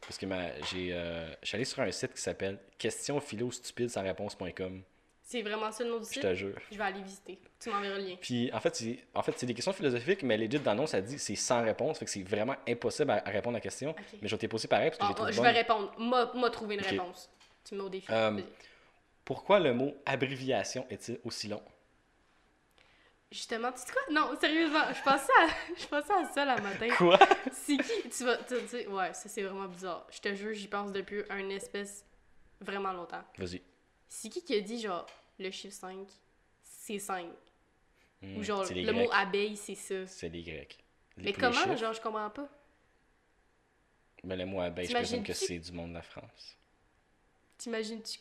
A: Parce que ma, j'ai, euh, je suis allé sur un site qui s'appelle question philo stupide sans réponse.com.
B: C'est vraiment ça le nom du
A: Je
B: site?
A: te jure.
B: Je vais aller visiter. Tu m'enverras le lien.
A: Puis en fait, c'est, en fait, c'est des questions philosophiques, mais legit dans le nom, ça dit c'est sans réponse. Fait que c'est vraiment impossible à, à répondre à la question.
B: Ok.
A: Mais je vais t'ai posé pareil parce que
B: Ah,
A: j'ai
B: ah,
A: trouvé
B: je
A: bonne.
B: vais répondre. M'a m'a trouvé une
A: Ok.
B: réponse. Tu me mets au défi.
A: Euh,
B: Vas-y.
A: Pourquoi le mot abréviation est-il aussi long
B: Justement, tu sais quoi? Non, sérieusement, je pensais à, je pensais à ça la matin.
A: Quoi
B: C'est qui? Tu vas... Tu, tu- ouais, ça c'est vraiment bizarre. Je te jure, j'y pense depuis un espèce vraiment longtemps.
A: Vas-y.
B: C'est qui qui a dit, genre, le chiffre 5, c'est 5?
A: Hmm,
B: Ou genre,
A: c'est
B: le
A: les
B: mot
A: Grecs.
B: abeille, c'est ça.
A: C'est les Grecs. Les
B: Mais
A: plus les
B: comment,
A: chiffres.
B: genre, je comprends pas.
A: Mais le mot abeille, je présume que
B: T'imagines-tu-
A: c'est du monde de la France.
B: T'imagines-tu,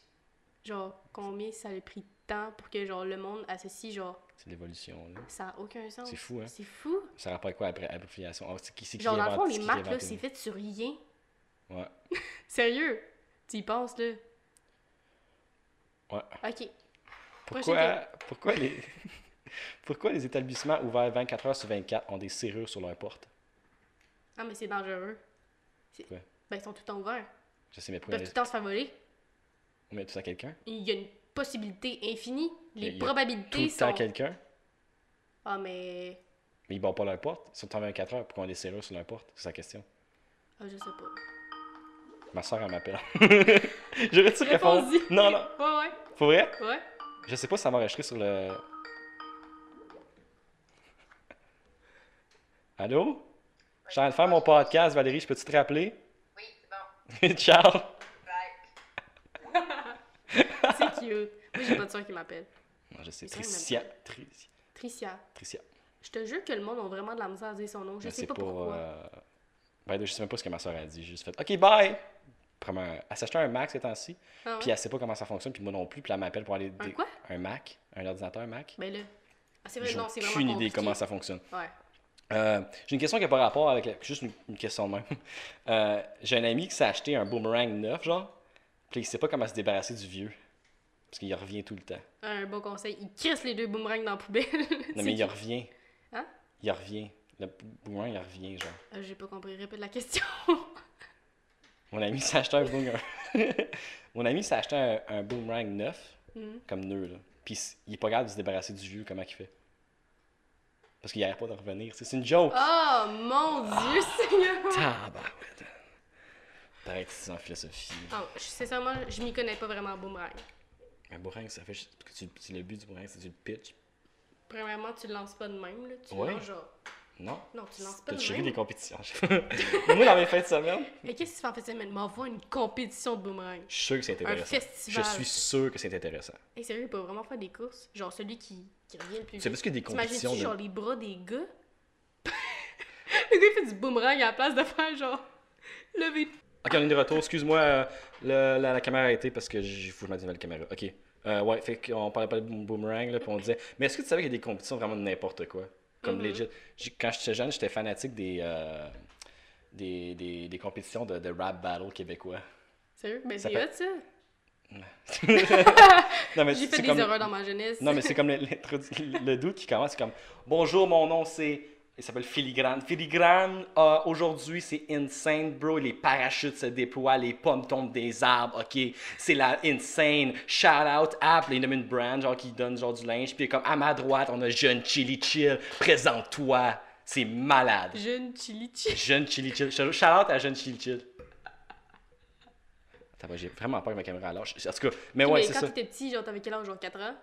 B: genre, combien ça a pris de temps pour que, genre, le monde associe, genre,
A: C'est l'évolution, là.
B: ça a aucun sens.
A: C'est fou, hein?
B: C'est fou.
A: Ça rappelle quoi après abréviation Ah, c'est qui c'est qui
B: Genre, dans le
A: invente-
B: fond,
A: c'est
B: les
A: qui qui
B: maths, là,
A: inventé
B: c'est fait sur rien.
A: le mot? Ouais.
B: Sérieux? Tu y penses, là?
A: Ouais.
B: Ok.
A: Pourquoi, pourquoi, les... pourquoi les établissements ouverts 24 heures sur 24 ont des serrures sur leurs portes
B: Ah, mais c'est dangereux. C'est-
A: Pourquoi?
B: Ben, ils sont tout le temps ouverts.
A: Je sais, mais
B: Ils
A: pourquoi
B: peuvent tout le temps se faire voler.
A: on met tout ça à quelqu'un
B: Il y a une possibilité infinie.
A: Il y a-
B: Les
A: il y a Tout
B: probabilités
A: le temps
B: sont.
A: à quelqu'un,
B: Ah, mais.
A: mais ils ne pas leurs portes. Ils sont en 24 heures, pourquoi on a des serrures sur leurs portes C'est sa question.
B: Ah, je sais pas.
A: Ma soeur, elle m'appelle. J'aurais-tu répondre
B: Réponds-y.
A: Non, non.
B: Ouais,
A: Pour vrai
B: ouais, ouais.
A: Je sais pas si ça m'a enregistré sur le. Allô? Je suis en train de faire mon podcast, Valérie, je peux-tu te rappeler?
C: Oui, c'est bon.
A: Ciao!
C: Bye.
B: C'est cute. Moi, j'ai pas de soeur qui m'appelle.
A: Non, je sais,
B: Mais ça, il
A: Tricia. Tri-
B: Tricia.
A: Tricia.
B: Je te jure que le monde a vraiment de la misère à dire son nom. Je
A: Mais
B: sais
A: Ben, c'est
B: pas pourquoi.
A: euh, ben, je sais même pas ce que ma soeur a dit. J'ai juste fait OK, bye! Première, elle s'achetait un Mac ces temps-ci,
B: Ah ouais?
A: puis elle sait pas comment ça fonctionne, puis moi non plus, puis elle m'appelle pour aller.
B: Un
A: dé-
B: quoi?
A: Un Mac, un ordinateur Mac.
B: Ben là. Ah, c'est vrai,
A: J'ai
B: non, c'est vraiment.
A: aucune idée
B: compliqué.
A: comment ça fonctionne.
B: Ouais.
A: Euh, j'ai une question qui n'a pas rapport avec. la- Juste une, une question de même. Euh, j'ai un ami qui s'est acheté un boomerang neuf, genre, puis il sait pas comment se débarrasser du vieux. Parce qu'il revient tout le temps.
B: Un bon conseil. Ils crissent les deux boomerangs dans la poubelle.
A: Non,
B: C'est
A: mais il
B: cute.
A: revient.
B: Hein?
A: Il revient. Le boomerang, il revient, genre.
B: Ah, J'ai pas compris. Répète la question.
A: Mon ami s'est acheté un boomerang. Mon ami s'est acheté un, un boomerang neuf,
B: Mhm.
A: comme nœud, là. Puis c- il est pas capable de se débarrasser du vieux, comment il fait. Parce qu'il n'arrête pas de revenir. C'est c'est une joke.
B: Oh mon dieu,
A: Ah.
B: Seigneur!
A: Tabarouette. Pareil que c'est en philosophie.
B: Ah, je- sincèrement, je m'y connais pas vraiment en boomerang.
A: Un boomerang, ça fait. juste- que tu- c'est le but du boomerang, c'est que tu le pitches.
B: Premièrement, tu le lances pas de même, là. Tu le
A: Ouais.
B: lances genre.
A: Non.
B: Non, tu lances pas
A: T'as
B: de
A: géré
B: même.
A: les compétitions. Moi, dans mes fins de semaine,
B: Mais qu'est-ce que tu fais en fait semaine? M'envoie une compétition de boomerang.
A: je suis sûr que c'est intéressant.
B: festival.
A: Je suis sûr que c'est intéressant.
B: Hey, sérieux, il peut vraiment faire des courses? Genre celui qui, qui revient le plus
A: Tu sais, parce qu'il
B: vite.
A: y a des compétitions. de-
B: T'imagines-tu, genre les bras des gars? le gars, il fait du boomerang à la place de faire genre. Lever.
A: Ok, on est de retour. Excuse-moi, euh, le- la, la caméra a été parce que j'ai faut que je mette une nouvelle caméra. Ok. Euh, ouais, fait qu'on parlait pas de boom- boomerang, là, puis on disait. Mais est-ce que tu savais qu'il y a des compétitions vraiment de n'importe quoi Comme
B: Mhm.
A: legit. J'ai- Quand j'étais jeune, j'étais fanatique des, euh, des, des, des compétitions de, de rap battle québéis.
B: Sérieux? Ben,
A: Ça
B: c'est
A: fait-
B: hot, ça.
A: Non, mais
B: J'ai
A: c'est
B: fait des
A: comme-
B: erreurs dans ma jeunesse.
A: Non, mais c'est comme le- l'introdu- le doute qui commence, c'est comme Bonjour, mon nom c'est. Il s'appelle Filigrane. Filigrane, euh, aujourd'hui c'est insane, bro. Les parachutes se déploient, les pommes tombent des arbres, ok. C'est la insane. Shout out, app, il nomme une brand, genre qui donne genre du linge. Puis comme à ma droite, on a Jeune Chili Chill, présente-toi. C'est malade.
B: Jeune chili chili.
A: Jeune Chili Chill. Shout shout out à Jeune Chili Chill. Attends, moi, j'ai vraiment peur que ma caméra lâche. En tout cas, mais ouais,
B: mais
A: c'est
B: quand
A: ça.
B: t'étais petit, genre t'avais quel âge? Genre 4 ans?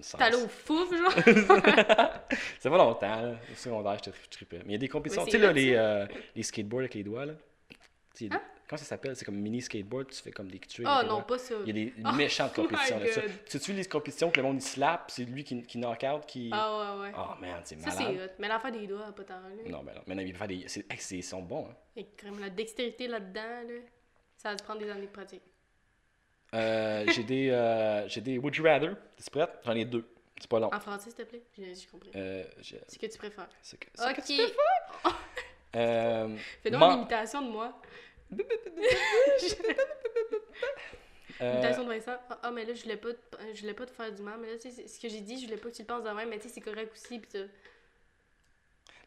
A: Ça-
B: T'allais au fouf, genre? Ah,
A: Ça va longtemps, là. Au secondaire, je tri- trippais. Mais il y a des compétitions.
B: Mais
A: Tu
B: c'est
A: sais, là,
B: hot,
A: les, euh, les skateboards avec les doigts, là. Tu sais, il y a des-
B: Hein?
A: Comment ça s'appelle C'est comme mini skateboard, tu fais comme des tuiles.
B: Oh
A: avec les
B: non,
A: doigts.
B: pas ça.
A: Il y a des
B: Oh
A: méchantes
B: my
A: compétitions, là. ça.
B: God.
A: Tu sais, les compétitions que le monde il slap, c'est lui qui, qui knock out, qui.
B: Ah ouais, ouais.
A: Oh man, c'est
B: ça,
A: malade.
B: c'est euh, hot. Mais l'affaire des doigts, pas tant. Là.
A: Non, ben non. Mais non, il peut faire des. c'est- hey, c'est- ils sont bons, hein.
B: Et comme la dextérité là-dedans, là, ça va te prendre des années de pratique.
A: Euh, j'ai des. euh, j'ai des Would You Rather. T'es prête J'en ai deux. C'est pas long.
B: En français, s'il te plaît? J'ai j'ai compris.
A: Euh, j'ai-
B: Ce que tu préfères.
A: c'est que- c'est que-
B: Ok.
A: Euh,
B: Fais donc
A: man-
B: une imitation de moi. Une
A: euh,
B: imitation de Vincent. Ah, ah, mais là, je voulais pas te, je voulais pas te faire du mal. Mais là, tu sais, c'est- ce que j'ai dit, je voulais pas que tu le penses de même. Mais tu sais, c'est correct aussi. Pis ça. Ben,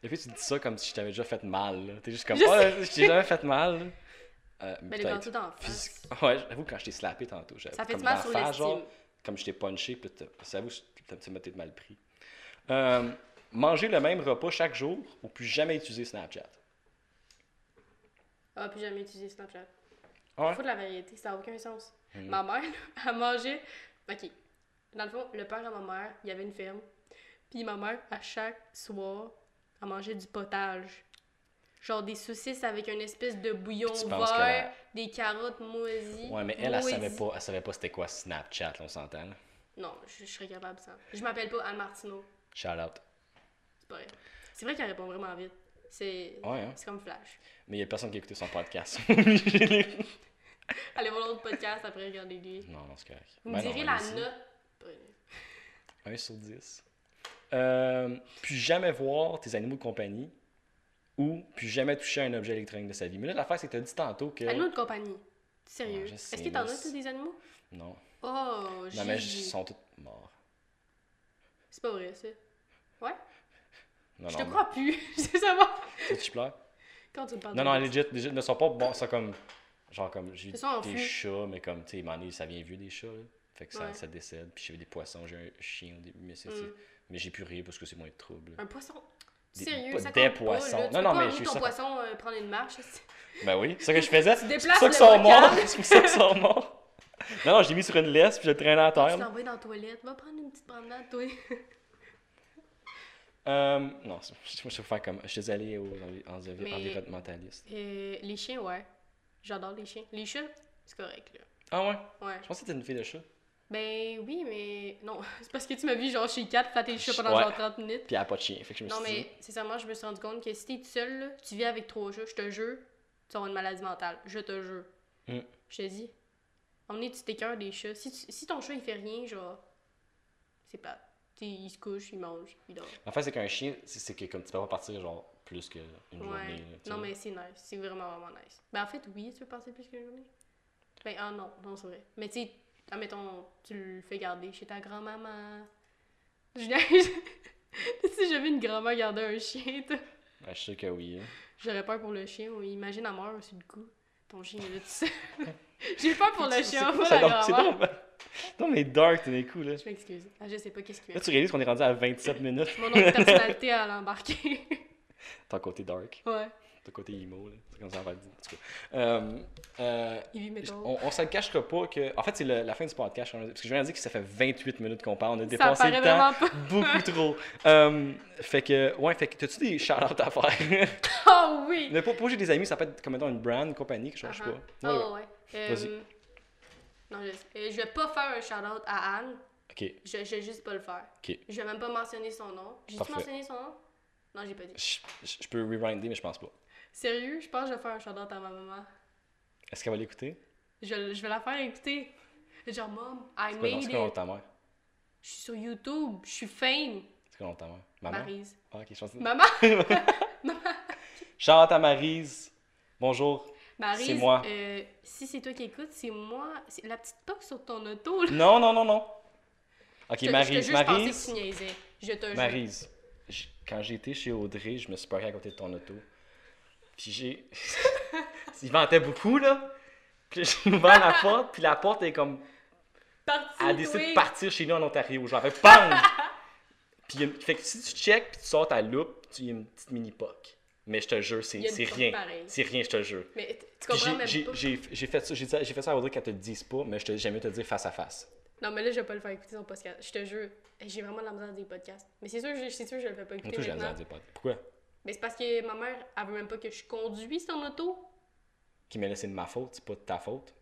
A: Le fait que tu dis ça comme si je t'avais déjà fait mal, là. T'es juste comme,
B: Je
A: oh, je t'ai jamais fait mal. Euh,
B: Mais les
A: peut-être.
B: gâteaux d'en face.
A: Physique- Ouais, j'avoue, quand je t'ai slappé tantôt, j'avoue.
B: Ça fait
A: comme
B: du mal
A: d'en
B: sur
A: face,
B: l'estime.
A: genre, Comme je t'ai punché, puis t'as- j'avoue, t'as- tu m'as été mal pris. Euh, manger le même repas chaque jour ou plus jamais utiliser Snapchat.
B: Ah, plus jamais utiliser Snapchat.
A: Ah ouais? Ben
B: Il faut de la variété, ça n'a aucun sens. Ma mère, là, elle mangeait. Ok. Dans le fond, le père à ma mère, il y avait une ferme. Puis ma mère, à chaque soir, elle mangeait du potage. Genre des saucisses avec une espèce de bouillon
A: Puis tu penses qu'elle
B: vert,
A: a-
B: des carottes moisies.
A: Ouais, mais elle, elle savait
B: moisies.
A: pas, elle savait pas c'était quoi Snapchat, là, on s'entend. là.
B: Non, je, je serais capable sans. Je m'appelle pas Anne Martineau.
A: Shout out.
B: C'est pas vrai. C'est vrai qu'elle répond vraiment vite. C'est
A: Ouais, hein.
B: c'est comme flash.
A: Mais il y a personne qui a écouté son podcast.
B: Allez voir l'autre podcast après, regardez-lui.
A: non, non, c'est correct.
B: Vous me
A: Ben non,
B: direz la
A: allez-y.
B: note. Ouais.
A: 1 sur 10. Euh, puis jamais voir tes animaux de compagnie ou puis jamais toucher à un objet électronique de sa vie. Mais là, l'affaire, c'est que tu as dit tantôt que.
B: Animaux de compagnie. Sérieux.
A: Ouais, je sais,
B: Est-ce que t'en
A: là,
B: as,
A: c'est-
B: tous des animaux?
A: Non.
B: Oh,
A: Non, mais ils
B: Gigi.
A: sont tous morts.
B: C'est pas vrai, ça. Ouais?
A: Non,
B: je
A: non,
B: te
A: non.
B: crois plus. c'est ça, moi.
A: Tu sais, tu pleures?
B: Quand tu me parles
A: Non,
B: de
A: non,
B: ça.
A: legit, legit, ne sont pas bons. sont comme. Genre, comme. J'ai
B: Ils sont en
A: des
B: feu.
A: chats, mais comme, tu sais, m'en est, ça vient vieux des chats, là. Fait que ça,
B: Ouais.
A: ça décède. Puis j'ai eu des poissons, j'ai un chien au début, mais c'est. c'est-
B: Mm. Ah.
A: Mais j'ai plus rien parce que c'est moins de trouble.
B: Un poisson.
A: Des-
B: Sérieux,
A: pas
B: ça
A: des
B: compte
A: poissons.
B: Pas, là. Tu
A: Non,
B: peux
A: non,
B: pas
A: mais
B: emmener
A: je suis
B: ton
A: ça-
B: poisson euh, prendre une marche. c'est-
A: Ben oui, c'est ça que je faisais. C'est pour
B: déplaces
A: ça qu'ils
B: le
A: sont
B: bocal.
A: morts. C'est pour ça qu'ils sont morts. Non, non, je l'ai mis sur une laisse, puis je le traînais à
B: Tu
A: terre. là.
B: l'envoies dans la toilette. Va prendre une petite promenade, toi.
A: Euh, non, c'est- moi, je vais faire comme. Je suis allé aux envi- envi-
B: Mais-
A: environnementalistes.
B: Euh, les chiens, ouais. J'adore les chiens. Les chats, c'est correct, là.
A: Ah ouais?
B: Ouais.
A: Je pensais que t'étais une fille de chat.
B: Ben oui, mais non. C'est parce que tu m'as vu, genre, chez 4 flatter le chat pendant
A: Ouais.
B: genre 30 minutes.
A: Puis elle a pas de chien. Fait que je me
B: Non,
A: suis
B: mais
A: dit.
B: sincèrement, je me suis rendu compte que si t'es tout seul, là, tu vis avec trois chats, je te jure, tu auras une maladie mentale. Je te jure.
A: Mm.
B: Je te dis. On est, tu t'écœures des chats. Si, tu- si ton chat, il fait rien, genre. C'est plate. T'sais, il se couche, il mange, il dort.
A: En fait, c'est qu'un chien, c'est- c'est que comme tu peux pas partir genre plus qu'une journée.
B: Ouais.
A: là, tu
B: non,
A: sais.
B: mais c'est nice. C'est vraiment, vraiment nice. Ben en fait, oui, tu peux passer plus qu'une journée. Ben ah non, non, c'est vrai. Mais tu sais, admettons, tu le fais garder chez ta grand-maman. Je si j'avais une grand-mère garder un chien, toi.
A: Ouais, je suis sûr que oui. hein.
B: J'aurais peur pour le chien. On imagine à mort aussi du coup. Ton chien il est là tout seul. J'ai peur pour le chien,
A: C'est
B: pas
A: ça,
B: la
A: donc- c'est
B: grand-mère.
A: donc- Non, mais dark, t'es coup, là.
B: Je m'excuse. Ah, je sais pas qu'est-ce que
A: Là, tu réalises qu'on est rendu à 27 minutes.
B: Mon nom de personnalité à l'embarquer.
A: Ton côté dark,
B: ouais.
A: ton côté emo, là. C'est comme ça, on va le dire. En tout cas. Euh, euh,
B: Il vit mes
A: Je-
B: taux.
A: On, on se le cachera pas que. En fait, c'est le- la fin du podcast. Parce que je viens de dire que ça fait 28 minutes qu'on parle. On a
B: Ça
A: dépassé
B: paraît
A: le temps
B: vraiment pas.
A: beaucoup trop. Um, fait que, ouais, fait que, t'as-tu des shout-outs à faire
B: Oh oui!
A: Ne pas projet des amis, ça peut être comme mettons une brand, une compagnie, quelque chose, je sais
B: Uh-huh.
A: pas. Ouais,
B: Oh ouais. Euh,
A: Vas-y.
B: Non, je sais. Euh, Je vais pas faire un shout-out à
A: ouais.
B: Anne.
A: Ok.
B: Je, je vais juste pas le faire.
A: Ok.
B: Je vais même pas mentionner son nom. J'ai
A: Parfait.
B: mentionné son nom? Non, j'ai pas dit.
A: Je je- je peux rewinder, mais je pense pas.
B: Sérieux, je pense que je vais faire un shout-out à ma maman.
A: Est-ce qu'elle va l'écouter
B: Je, je vais la faire écouter. Genre, Mom, I
A: C'est quoi
B: made
A: c'est quoi le nom de
B: it.
A: ta mère
B: Je suis sur YouTube, je suis fame.
A: C'est quoi le nom de ta mère Maman
B: Marise.
A: Ah, ok, je pense que.
B: Maman,
A: Shout-out à Maryse. Bonjour.
B: Marise.
A: C'est moi.
B: euh, si c'est toi qui écoutes, c'est moi. C'est la petite poque sur ton auto, là.
A: Non, non, non, non. Ok,
B: Je-
A: Maryse.
B: Je te jure, je pensais que
A: Maryse.
B: tu niaisais. Je te jure.
A: Maryse, j- quand j'ai été chez Audrey, je me suis paré à côté de ton auto. Puis j'ai. Il ventait beaucoup, là. Puis j'ai ouvert la porte, puis la porte est comme.
B: Parti,
A: Elle décide
B: oui.
A: de partir chez nous en Ontario. J'en fais PANG! Puis il y a une- fait que si tu check, puis tu sors ta loupe, tu il y a une petite mini POC. Mais je te jure,
B: Il y
A: c'est
B: a une
A: c'est
B: POC
A: rien.
B: pareille.
A: C'est rien, je te jure.
B: Mais t- tu
A: Puis
B: comprends
A: j'ai-
B: même
A: j'ai-
B: pas.
A: j'ai j'ai fait, ça- j'ai dit- j'ai fait ça à Audrey qu'elle te le dise pas, mais je te- j'aime mieux te le dire face à face.
B: Non, mais là, je vais pas le faire écouter son podcast. Je te jure. J'ai vraiment de la misère à des podcasts. Mais c'est sûr, que je- c'est sûr, que je le fais pas
A: Moi,
B: écouter
A: tout, j'ai la misère à
B: maintenant.
A: dire pas. Pourquoi?
B: Mais c'est parce que ma mère, elle veut même pas que je conduise son auto.
A: Qui m'a laissé de ma faute, c'est pas de ta faute.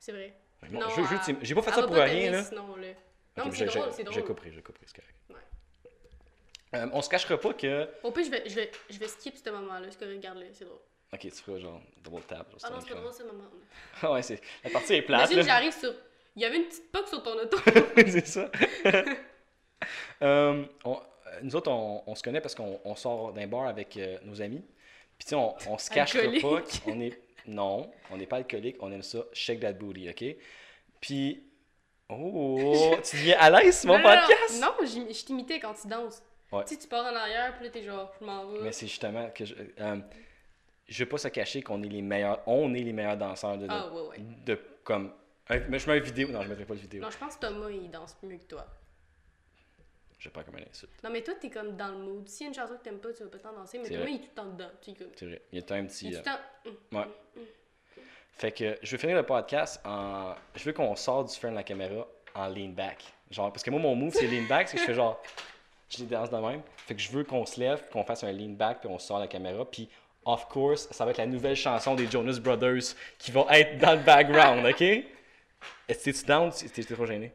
B: C'est vrai.
A: Mais bon,
B: Non,
A: je- je- tu-
B: elle-
A: j'ai pas fait
B: elle
A: ça
B: va
A: pour
B: pas
A: rien,
B: t'aimer
A: là.
B: Sinon, là.
A: Ok,
B: Non,
A: je-
B: mais c'est
A: je-
B: drôle, c'est
A: J'ai
B: drôle.
A: compris, j'ai compris, c'est correct.
B: Ouais.
A: Euh, on se cachera pas que.
B: Au pire, je vais, je vais, je vais skip ce moment-là. Je regarde-le, c'est drôle.
A: Ok, tu feras genre double tap. Genre,
B: Ah
A: sur
B: non, c'est pas
A: l'écran.
B: drôle ce moment.
A: Ah ouais, c'est... la partie est plate.
B: Imagine,
A: là.
B: j'arrive sur. Il y avait une petite poque sur ton auto.
A: c'est ça. Euh, on- euh, nous autres, on, on se connaît parce qu'on on sort d'un bar avec euh, nos amis. Puis tu sais, on, on se cache
B: Alcoolique.
A: pas. On est... Non, on n'est pas alcoolique, on aime ça. Shake that booty, ok? Puis. Oh, tu deviens à l'aise sur mon
B: Non, non, non.
A: podcast?
B: Non, j'im- je t'imitais quand tu danses.
A: Ouais.
B: Tu sais, tu pars en arrière, puis là, t'es genre, je m'en vais.
A: Mais c'est justement que je. euh, je vais pas se cacher qu'on est les meilleurs, on est les meilleurs danseurs de,
B: Ah, ouais, ouais.
A: de comme un- mais je mets une vidéo, non, je mettrai pas de vidéo.
B: Non, je pense que Thomas, il danse mieux que toi.
A: Je pas comme une insulte.
B: Non, mais toi, t'es comme dans le mood. S'il y a une chanson que t'aimes pas, tu vas pas t'en danser, mais
A: C'est
B: Thomas,
A: vrai.
B: il est tout le temps dedans. Tu sais, comme-
A: C'est vrai. Il y a tout un
B: Il
A: petit
B: est
A: euh,
B: tout le temps. hum,
A: Ouais. Fait que je vais finir le podcast en. Je veux qu'on sorte du frame de la caméra en lean back. Genre, parce que moi, mon move, c'est lean back, c'est que je fais genre. Je les danse de même. Fait que je veux qu'on se lève, qu'on fasse un lean back, puis on sort la caméra. Puis, of course, ça va être la nouvelle chanson des Jonas Brothers qui va être dans le background, OK? Est-ce que tu down? T'es trop gêné?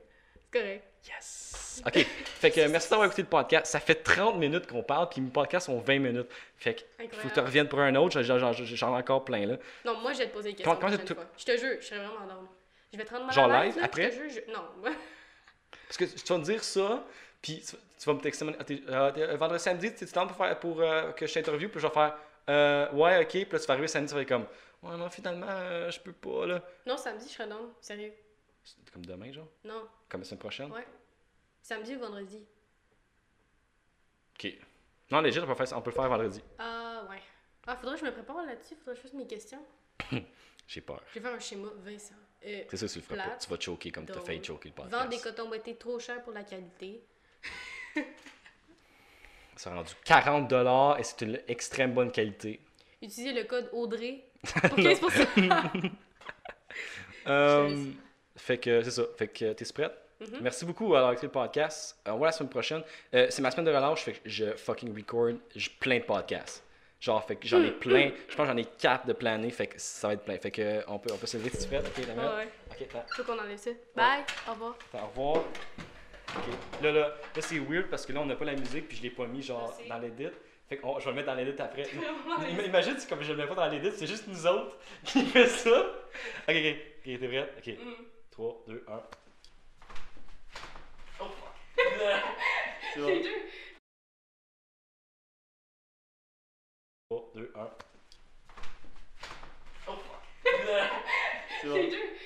B: C'est correct.
A: Yes! OK. Fait que merci d'avoir écouté le podcast. Ça fait 30 minutes qu'on parle, puis mes podcasts sont 20 minutes. Fait que faut que tu
B: Incroyable.
A: reviennes pour un autre. J'en- j'en- J'en ai encore plein, là.
B: Non, moi, je vais te poser des questions.
A: Comment- comment
B: la prochaine
A: t'as-
B: fois. Je te jure, je serais vraiment down. Je vais te rendre mal
A: Genre
B: à
A: live,
B: l'aise, là,
A: après?
B: Je te jure, je- Non.
A: Parce que tu vas me dire ça, puis tu, tu vas me texter mon- ah, t'es- ah, t'es- euh, vendredi, samedi, tu es temps pour, faire, pour euh, que je t'interviewe, puis je vais faire euh, ouais, ok, puis là tu vas arriver samedi, tu vas être comme ouais, non, finalement, euh, je peux pas, là.
B: Non, samedi, je serais down. Sérieux.
A: C'est Comme demain, genre,
B: Non.
A: comme la semaine prochaine.
B: Ouais. Samedi ou vendredi?
A: Ok. Non, légit, on peut, faire, on peut le faire vendredi.
B: Ah, ouais. Ah, faudrait que je me prépare là-dessus. Faudrait que je fasse mes questions.
A: J'ai peur.
B: Je vais faire un schéma, Vincent. Euh,
A: C'est ça, tu le feras pas.
B: Plate,
A: Tu vas choquer comme t'as
B: drôle.
A: failli choquer le podcast.
B: Vendre des cotons bottés trop chers pour la qualité.
A: Ça a rendu 40$ et c'est une extrême bonne qualité.
B: Utiliser le code Audrey pour 15%.
A: Euh,
B: laisse.
A: fait que c'est ça. Fait que t'es prête?
B: Mhm.
A: Merci beaucoup d'avoir écouté le podcast. On voit la semaine prochaine. Euh, c'est ma semaine de relâche, fait que je fucking record j- plein de podcasts. Genre, fait que j'en
B: Mm-hmm.
A: ai plein. Je pense que j'en ai quatre de planés, fait que ça va être plein. Fait que euh, on peut, on peut se lever, t'es prête? Ok, la
B: Ah, ouais.
A: Ok, attends,
B: Faut qu'on enlève ça. Bye. Au revoir.
A: attends, au revoir. Ok. Là, là, là c'est weird parce que là, on n'a pas la musique, puis je l'ai pas mis genre
B: Je sais.
A: dans l'edit. Fait que on- je vais le mettre dans l'edit après. Ima- Imagine, c'est comme je le mets pas dans l'edit, c'est juste nous autres qui fait ça. Ok, ok, ok, t'es prête? Ok. 3, 2, 1. Oh fuck! C'est bon. 3, 2, 1. Oh fuck! C'est bon.
B: deux.